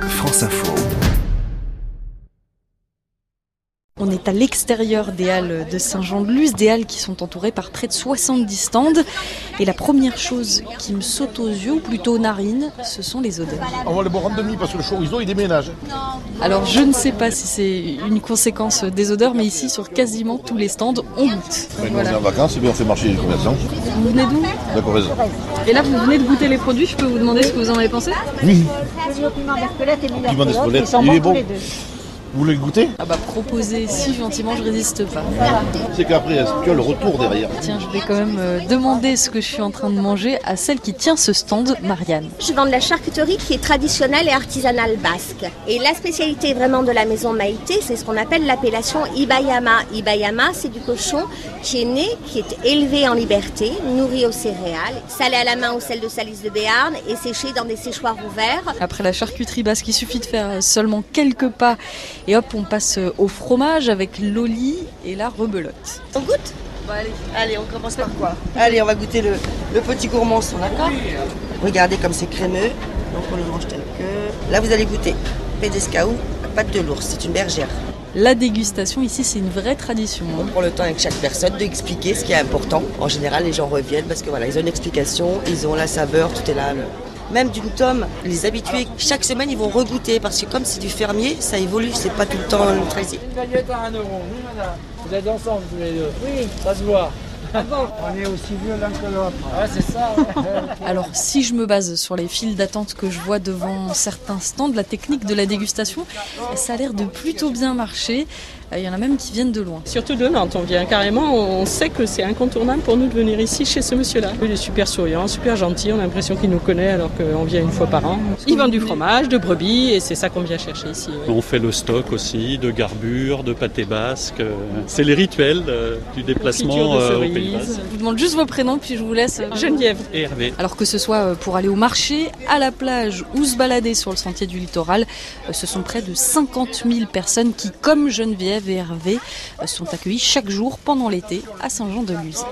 Mars Info. On est à l'extérieur des halles de Saint-Jean-de-Luz, des halles qui sont entourées par près de 70 stands. Et la première chose qui me saute aux yeux, ou plutôt aux narines, ce sont les odeurs. On va le boire en demi parce que le chorizo il déménage. Alors je ne sais pas si c'est une conséquence des odeurs, mais ici sur quasiment tous les stands, on goûte. Voilà. en vacances et bien on fait marcher les commerçants. Vous venez d'où D'accord, raison. Et là vous venez de goûter les produits, je peux vous demander ce que vous en avez pensé Oui, Le piment d'Espelette et piment d'Espelette, Ils sont bons il est tous bon. les deux. Vous voulez le goûter Ah bah proposer si gentiment, je résiste pas. C'est qu'après, est-ce que le retour derrière Tiens, je vais quand même euh, demander ce que je suis en train de manger à celle qui tient ce stand, Marianne. Je vends de la charcuterie qui est traditionnelle et artisanale basque. Et la spécialité vraiment de la maison Maïté, c'est ce qu'on appelle l'appellation Ibayama. Ibayama, c'est du cochon qui est né, qui est élevé en liberté, nourri aux céréales, salé à la main au sel de salice de Béarn et séché dans des séchoirs ouverts. Après la charcuterie basque, il suffit de faire seulement quelques pas et hop, on passe au fromage avec l'oli et la rebelote. On goûte Allez, on commence par quoi Allez, on va goûter le, le petit gourmançon, d'accord Regardez comme c'est crémeux. Donc on le mange tel que. Là, vous allez goûter pédescaou à pâte de l'ours. C'est une bergère. La dégustation ici, c'est une vraie tradition. On hein. prend le temps avec chaque personne d'expliquer ce qui est important. En général, les gens reviennent parce que voilà, ils ont une explication, ils ont la saveur, tout est là. le- Même d'une tome, les habitués, chaque semaine, ils vont regoûter parce que comme c'est du fermier, ça évolue, c'est pas tout le temps le traité. Une baguette à 1 euro, oui madame. Vous êtes ensemble tous les deux. Oui. Ça se voit. On est aussi vieux l'un que l'autre. Ouais, c'est ça. Alors, si je me base sur les files d'attente que je vois devant certains stands, la technique de la dégustation, ça a l'air de plutôt bien marcher. Euh, Il y en a même qui viennent de loin. Surtout de Nantes, on vient carrément, on sait que c'est incontournable pour nous de venir ici chez ce monsieur-là. Il est super souriant, super gentil, on a l'impression qu'il nous connaît alors qu'on vient une fois par an. Il vend du fromage, de brebis et c'est ça qu'on vient chercher ici. ouais. On fait le stock aussi de garbure, de pâté basque. euh, C'est les rituels euh, du déplacement Confiture de euh, au Pays cerises. Basque. Je vous demande juste vos prénoms, puis je vous laisse. euh, Geneviève. Et Hervé. Alors que ce soit euh, pour aller au marché, à la plage ou se balader sur le sentier du littoral, euh, ce sont près de 50 000 personnes qui, comme Geneviève et Hervé, euh, sont accueillies chaque jour pendant l'été à Saint-Jean-de-Luz.